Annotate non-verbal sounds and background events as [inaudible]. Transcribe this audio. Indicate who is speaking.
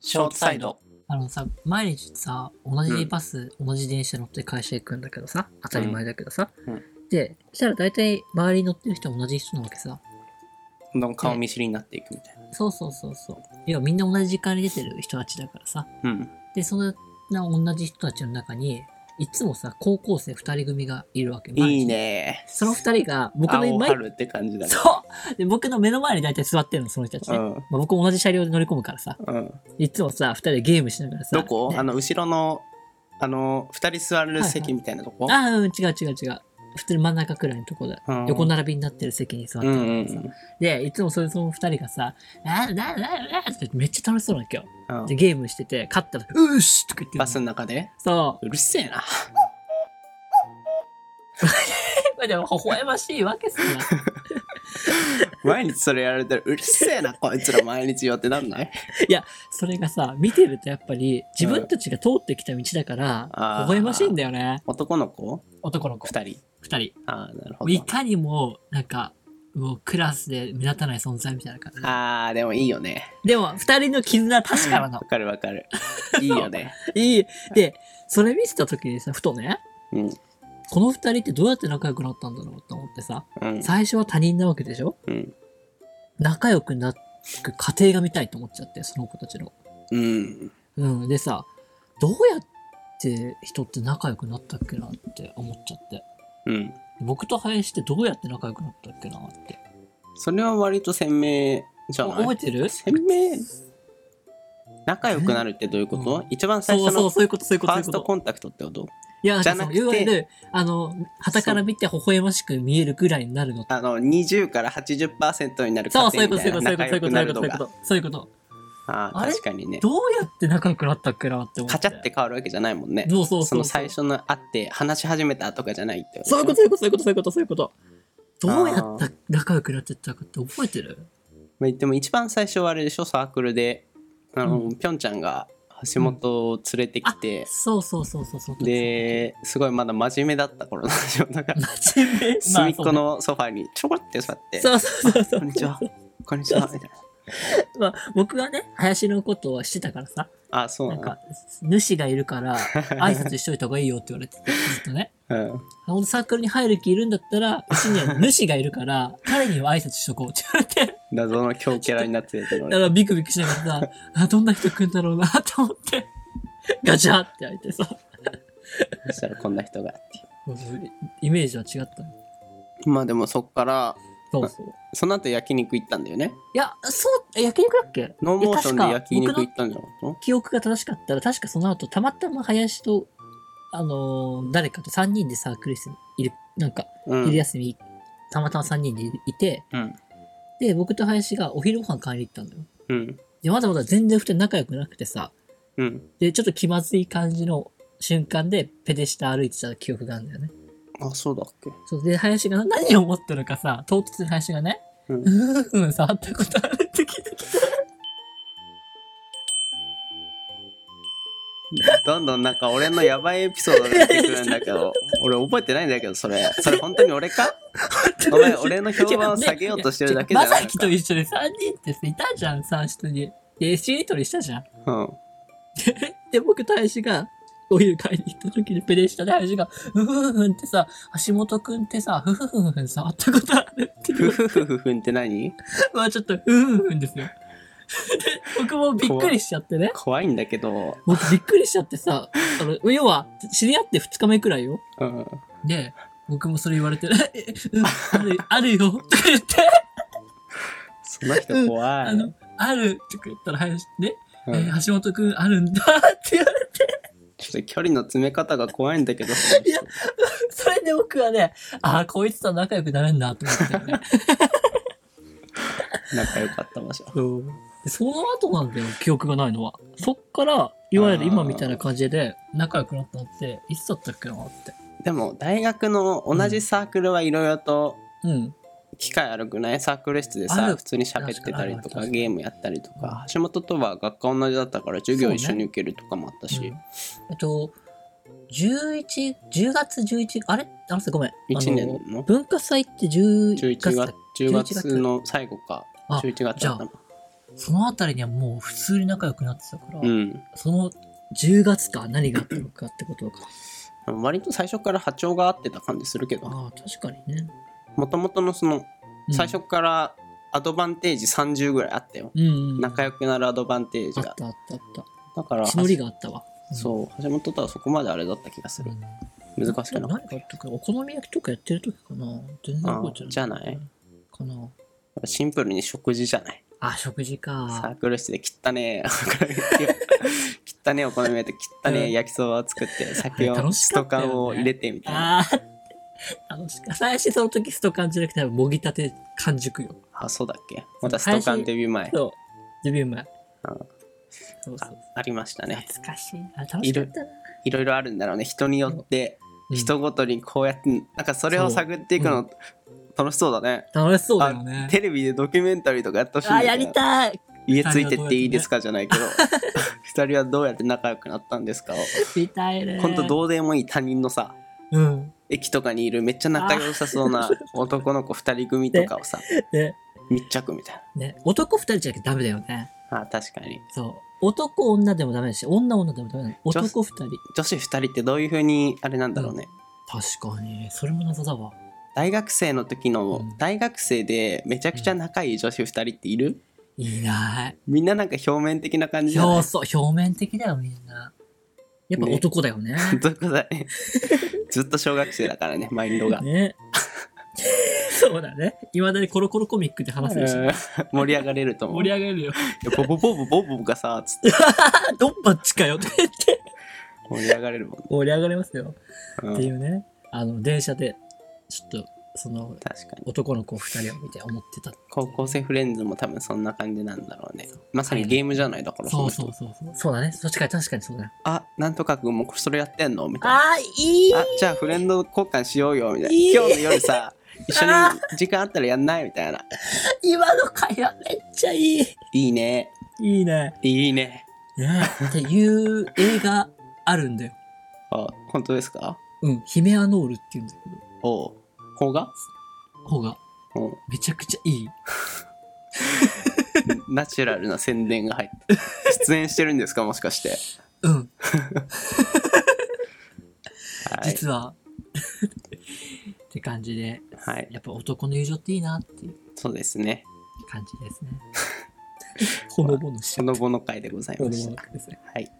Speaker 1: ショートサイド。
Speaker 2: あのさ、毎日さ、同じバス、同じ電車乗って会社行くんだけどさ、当たり前だけどさ。
Speaker 1: うんう
Speaker 2: で、そしたら大体周りに乗ってる人は同じ人なわけさ。
Speaker 1: どんどん顔見知りになっていくみたいな。
Speaker 2: そうそうそうそう。要はみんな同じ時間に出てる人たちだからさ。
Speaker 1: うん。
Speaker 2: で、そんな同じ人たちの中に、いつもさ、高校生2人組がいるわけ。毎日
Speaker 1: いい。ね。
Speaker 2: その2人が、僕の
Speaker 1: 青
Speaker 2: 前、
Speaker 1: 春って感じだね。
Speaker 2: そうで僕の目の前に大体座ってるの、その人たちね。
Speaker 1: うん
Speaker 2: まあ、僕も同じ車両で乗り込むからさ。
Speaker 1: うん。
Speaker 2: いつもさ、2人でゲームしながらさ。
Speaker 1: どこ
Speaker 2: ね
Speaker 1: あの、後ろの、あの、二人座れる席みたいなとこ
Speaker 2: ああ、うん、違う違う違う。普通に真ん中くらいのとこで、
Speaker 1: うん
Speaker 2: 横並びになってる席に座っ
Speaker 1: う
Speaker 2: て
Speaker 1: ん
Speaker 2: る
Speaker 1: う
Speaker 2: わけ
Speaker 1: ん
Speaker 2: さ、
Speaker 1: うん
Speaker 2: で、いつもそれその二人がさ、あーなななってめっちゃ楽しそうなわけよ。
Speaker 1: うん
Speaker 2: で、ゲームしてて、勝ったら、うーしとか言って
Speaker 1: バスの
Speaker 2: の。
Speaker 1: 中で
Speaker 2: そう
Speaker 1: るせえな。
Speaker 2: う。 [laughs] でも、微笑ましいわ
Speaker 1: [laughs]
Speaker 2: けさ。
Speaker 1: [laughs] 毎日それやられたら、うるせえな、こいつら毎日よってなんない
Speaker 2: それがさ、見てるとやっぱり、自分たちが通ってきた道だから、
Speaker 1: あー
Speaker 2: 微笑ましいんだよね。
Speaker 1: 男の子
Speaker 2: 男の子、
Speaker 1: 二人。
Speaker 2: 二人。
Speaker 1: ああ、なるほ
Speaker 2: い
Speaker 1: ど。
Speaker 2: かにも、なんか、もうクラスで目立たない存在みたいな感じ。
Speaker 1: ああ、でもいいよね。
Speaker 2: でも、二人の絆は確からの
Speaker 1: わ。かるわかる。いいよ [laughs] ね。
Speaker 2: いい。で、それ見せた時にさ、ふとね、
Speaker 1: うん。
Speaker 2: この二人ってどうやって仲良くなったんだろうと思ってさ、
Speaker 1: うん。
Speaker 2: 最初は他人なわけでしょ
Speaker 1: うん。
Speaker 2: 仲良くなる過程が見たいと思っちゃって、その子たちの。
Speaker 1: うん。
Speaker 2: うん。でさ、どうやって人って仲良くなったっけなって思っちゃって。
Speaker 1: うん。
Speaker 2: 僕と林ってどうやって仲良くなったっけなって。
Speaker 1: それは割と鮮明じゃ
Speaker 2: お覚
Speaker 1: な
Speaker 2: え
Speaker 1: い
Speaker 2: てる
Speaker 1: 鮮明仲良くなるってどういうこと、
Speaker 2: うん
Speaker 1: 一番最
Speaker 2: そう
Speaker 1: 初
Speaker 2: そう、
Speaker 1: のフ
Speaker 2: そういうこと、そういうこと、
Speaker 1: ァ
Speaker 2: そうい
Speaker 1: ー
Speaker 2: う
Speaker 1: ス
Speaker 2: こ
Speaker 1: ト
Speaker 2: と。
Speaker 1: コンタクトってこと
Speaker 2: いや、
Speaker 1: じ
Speaker 2: な
Speaker 1: ゃ
Speaker 2: ん
Speaker 1: な
Speaker 2: か
Speaker 1: くて
Speaker 2: その、いわゆる、あの、旗から見て微笑ましく見えるぐらいになるのって
Speaker 1: あの20から80%になる
Speaker 2: そ
Speaker 1: 過
Speaker 2: う、そう
Speaker 1: 程
Speaker 2: いう
Speaker 1: み
Speaker 2: こと、
Speaker 1: た
Speaker 2: そうい
Speaker 1: いうな仲良く
Speaker 2: こと、そういうこと、そう
Speaker 1: ないる
Speaker 2: うこ
Speaker 1: の
Speaker 2: と、そ
Speaker 1: が
Speaker 2: ういうこと、そういうこと。
Speaker 1: ああ
Speaker 2: あれ
Speaker 1: 確かにね
Speaker 2: どうやって仲良くなったっけなって思って。
Speaker 1: カチャって変わるわけじゃないもんね
Speaker 2: そうそうそうそう。
Speaker 1: の最初の会って話し始めたとかじゃないって
Speaker 2: そういうこと、そういうこと、そういうこと、そういうこと、そういうこと。どうやっ
Speaker 1: あ
Speaker 2: た仲良くなってったかって覚えてる
Speaker 1: まあでも一番最初はあれでしょサークルであの、
Speaker 2: う
Speaker 1: ぴょんちゃんが橋本を連れてきて、
Speaker 2: そうそうそうそうそう。
Speaker 1: ですごいまだ真面目だった頃の橋本が
Speaker 2: 真面目、 [laughs] まあ
Speaker 1: 隅っこ。のソファーにちょこって座って
Speaker 2: そうそうそうそう。
Speaker 1: こんにちは。こんにち [laughs] は。みたい
Speaker 2: まあ、僕はね、林のことはしてたからさ、
Speaker 1: な。あ、そう
Speaker 2: な
Speaker 1: なんんだ [laughs]
Speaker 2: か、主がいるから、挨拶しといた方がいいよって言われてて、ずっとね。
Speaker 1: うん。
Speaker 2: ほんとサークルに入る気いるんだったら、うちには主がいるから、彼には挨拶しとこうって言われて。
Speaker 1: 謎の強キャラになってるけど
Speaker 2: だか
Speaker 1: 俺
Speaker 2: らビクビクしながらさ、あどんな人来るんだろうなと思って、ガチャって開いてさ、
Speaker 1: そしたらこんな人がって
Speaker 2: イメージは違った。
Speaker 1: いう。まあでもそっから、
Speaker 2: そうそう。
Speaker 1: その後焼肉行ったんだよね。
Speaker 2: いや、そう、え焼肉だっけ
Speaker 1: ノーモーションで焼肉行
Speaker 2: いや確か僕
Speaker 1: ったんじゃなかっ
Speaker 2: の記憶が正しかったら、確かその後、たまたま林と、あのー誰かと3人でさ、クリスにいる、なんか、
Speaker 1: たうん。
Speaker 2: 昼休み、たまたま3人でいて、
Speaker 1: うん。
Speaker 2: で、僕と林がお昼ご飯買いに行ったんだよ。
Speaker 1: うん。
Speaker 2: で、まだまだ全然普通に仲良くなくてさ、
Speaker 1: うん。
Speaker 2: で、ちょっと気まずい感じの瞬間で、ペデスタ歩いてた記憶があるんだよね。
Speaker 1: あ、そうだっけ。
Speaker 2: そうで、林が何を思ってるかさ、唐突に林がね、
Speaker 1: う
Speaker 2: うんん、うん、触ったことあるって聞いてきた。
Speaker 1: どんどんなんか俺のやばいエピソードが出てくるんだけど、 [laughs] 俺覚えてないんだけど、それ。それ本当に俺かお前、俺の評判を下げようとしてるだけじゃ
Speaker 2: ま
Speaker 1: ない
Speaker 2: さ
Speaker 1: の
Speaker 2: きと一緒に3人ってさ、いたじゃん、3人に。で、しりとりしたじゃん。
Speaker 1: か。
Speaker 2: で、僕と林が、お昼買いに行った時にペレしたで林が、ふふふんってさ、橋本くんってさ、ふふふんふん触ったことあるって
Speaker 1: うん。ふふふふふんって何
Speaker 2: まあちょっと、ふふふんですよ。で、僕もびっくりしちゃってね。
Speaker 1: 怖いんだけど、
Speaker 2: 僕びっくりしちゃってさ、あの、要は、知り合って2日目くらいよ。
Speaker 1: うん。
Speaker 2: で、僕もそれ言われて、えうん、ある、あるよ、とか言って、
Speaker 1: その人怖
Speaker 2: あ
Speaker 1: い。
Speaker 2: の、ある、とか言ったら、林ね、え
Speaker 1: うん
Speaker 2: ー橋本くんあるんだ、って言われて、
Speaker 1: ちょっと距離の詰め方が怖いんだけど。
Speaker 2: いやそれで僕はね、ああ、こいつと仲良くなれんだ、と思って、ね。
Speaker 1: 仲良かった場所。
Speaker 2: で [laughs] その後なんだよ、記憶がないのは。そっから、いわゆる今みたいな感じで、仲良くなったのって、いつだったっけなって。
Speaker 1: でも、大学の同じサークルはいろいろと
Speaker 2: うん。
Speaker 1: 機会あるくないサークル室で
Speaker 2: あ
Speaker 1: さ、
Speaker 2: る
Speaker 1: 普通に喋ってたりと
Speaker 2: 確かに確か
Speaker 1: か、
Speaker 2: に
Speaker 1: ゲームやったりとか、橋本とは学科同じだったから、授業一緒に受けるとかもあったし、
Speaker 2: うんえっと、11、10月11、あれあのさ、ごめん。
Speaker 1: 1
Speaker 2: あ
Speaker 1: 年
Speaker 2: の
Speaker 1: の
Speaker 2: 文化祭って11
Speaker 1: 11
Speaker 2: 月だっ
Speaker 1: 月、10月の最後か、
Speaker 2: あ
Speaker 1: 11月だったの。
Speaker 2: そのあたりにはもう普通に仲良くなってたから、
Speaker 1: うん。
Speaker 2: その10月か何があったのかってことか。
Speaker 1: 割と最初から波長が合ってた感じするけど、
Speaker 2: ああ、確かにね。
Speaker 1: もともとのその、
Speaker 2: うん
Speaker 1: 最初からアドバンテージ30ぐらいあったよ。
Speaker 2: うんうん。
Speaker 1: 仲良くなるアドバンテージ
Speaker 2: あっ
Speaker 1: が。
Speaker 2: たあったあっ
Speaker 1: だか
Speaker 2: た。
Speaker 1: ら、
Speaker 2: 募りがあったわ。
Speaker 1: そう、橋本とはそこまであれだった気がする。難しくなか
Speaker 2: 何
Speaker 1: っ
Speaker 2: か
Speaker 1: た
Speaker 2: やったかお好み焼きとかやってる時かな全然覚えてない。
Speaker 1: あじゃない
Speaker 2: かな
Speaker 1: シンプルに食事じゃない。
Speaker 2: あ、食事
Speaker 1: サー
Speaker 2: か。
Speaker 1: クル室で汚ねえ、 [laughs] 汚ねえお好み焼きと汚ねえ焼きそばを作って、酒
Speaker 2: 楽
Speaker 1: を、
Speaker 2: し
Speaker 1: ス
Speaker 2: か
Speaker 1: ト
Speaker 2: ったよね
Speaker 1: カンを入れてみたいな。
Speaker 2: あ [laughs] あ。楽しか最初その時ストカンじゃなくて多分もぎたて完熟よ。
Speaker 1: あ、そうだっけまたストカンデビュー前
Speaker 2: そう。デビュー前。
Speaker 1: うん
Speaker 2: そうそ
Speaker 1: あ
Speaker 2: う。
Speaker 1: ありましたね。
Speaker 2: 懐かしい。あ、楽しかったな。
Speaker 1: いろいろあるんだろうね。人によって、
Speaker 2: うん
Speaker 1: 人ごとにこうやって、なんかそれを探っていく
Speaker 2: う
Speaker 1: の楽しそうだね。
Speaker 2: 楽しそうだよね。
Speaker 1: テレビでドキュメンタリーとかやってほしいんだ
Speaker 2: あ、
Speaker 1: けど
Speaker 2: やりたい
Speaker 1: 家ついてっていいですかじゃないけど、
Speaker 2: [laughs]
Speaker 1: 二人はどうやって仲良くなったんですかを、
Speaker 2: 見たいね。
Speaker 1: ほんとどうでもいい他人のさ、
Speaker 2: うん。
Speaker 1: 駅とかにいるめっちゃ仲良さそうな男の子二人組とかをさ、
Speaker 2: ね、
Speaker 1: 密着みたい
Speaker 2: ね、男二人じゃなきゃダメだよね。
Speaker 1: な。あ、確かに。
Speaker 2: そう。男女でもダメだし、女女でもダメだよ。
Speaker 1: 女
Speaker 2: 男二人。
Speaker 1: 女子二人ってどういう風に、あれなんだろうね。
Speaker 2: 確かに。それも謎だわ。
Speaker 1: 大学生の時の、
Speaker 2: うん
Speaker 1: 大学生でめちゃくちゃ仲いい女子二人っている、
Speaker 2: いない。
Speaker 1: みんななんか表面的な感じじゃない
Speaker 2: 表層、表面的だよ、みんな。やっぱ
Speaker 1: ね
Speaker 2: 男だ
Speaker 1: [laughs]
Speaker 2: よね。
Speaker 1: どういうことだね。ずっと小学生だからね、マイン
Speaker 2: [laughs]
Speaker 1: ドが。
Speaker 2: ね。そうだね。いまだにコロコロコミックで話せるし。
Speaker 1: うん [laughs] 盛り上がれると思う。
Speaker 2: 盛り上がるよ。 [laughs]
Speaker 1: ボボボボボボボがさ、つって
Speaker 2: あ、ドンパッチ
Speaker 1: [laughs]
Speaker 2: かよとか言って。
Speaker 1: 盛り上がれるもんね。
Speaker 2: 盛り上がりますよ。
Speaker 1: うん
Speaker 2: っていうね。あの、電車で、ちょっと、その、
Speaker 1: 確かに。
Speaker 2: 男の子二人を見て思ってたっていう
Speaker 1: 高校生フレンズも多分そんな感じなんだろうね。まさにゲームじゃないだから、
Speaker 2: そう
Speaker 1: の
Speaker 2: そ
Speaker 1: 人
Speaker 2: うそうそう。そうだね。そっちか、確かにそうだね。
Speaker 1: あ、なんとかくんもそれやってんのみたいな。
Speaker 2: ああ、いい
Speaker 1: あ、じゃあフレンド交換しようよ、みた
Speaker 2: いい
Speaker 1: いな。今日の夜さ、一緒に
Speaker 2: あ
Speaker 1: 時間あったらやんないみたいな。
Speaker 2: 今の会話めっちゃいい
Speaker 1: いいね。
Speaker 2: いいね。
Speaker 1: いいね。
Speaker 2: ねっていう映画あるんだよ。
Speaker 1: あ、本当ですか
Speaker 2: うん。ヒメアノールっていうんだけど、
Speaker 1: おう。方が
Speaker 2: 方が
Speaker 1: おう
Speaker 2: めちゃくちゃいい。
Speaker 1: ナチュラルな宣伝が入った。出演してるんですかもしかして。
Speaker 2: うん。
Speaker 1: はい。
Speaker 2: 実は。 [laughs] って感じで、
Speaker 1: はい。
Speaker 2: やっぱ男の友情っていいなっていう
Speaker 1: そうですね。
Speaker 2: 感じですね。ほのぼのしち
Speaker 1: ほ
Speaker 2: ゃっ
Speaker 1: の
Speaker 2: た
Speaker 1: ぼの会でござい
Speaker 2: [laughs] ほ
Speaker 1: ま
Speaker 2: の
Speaker 1: し
Speaker 2: ぼの
Speaker 1: た。
Speaker 2: ですね。
Speaker 1: はい。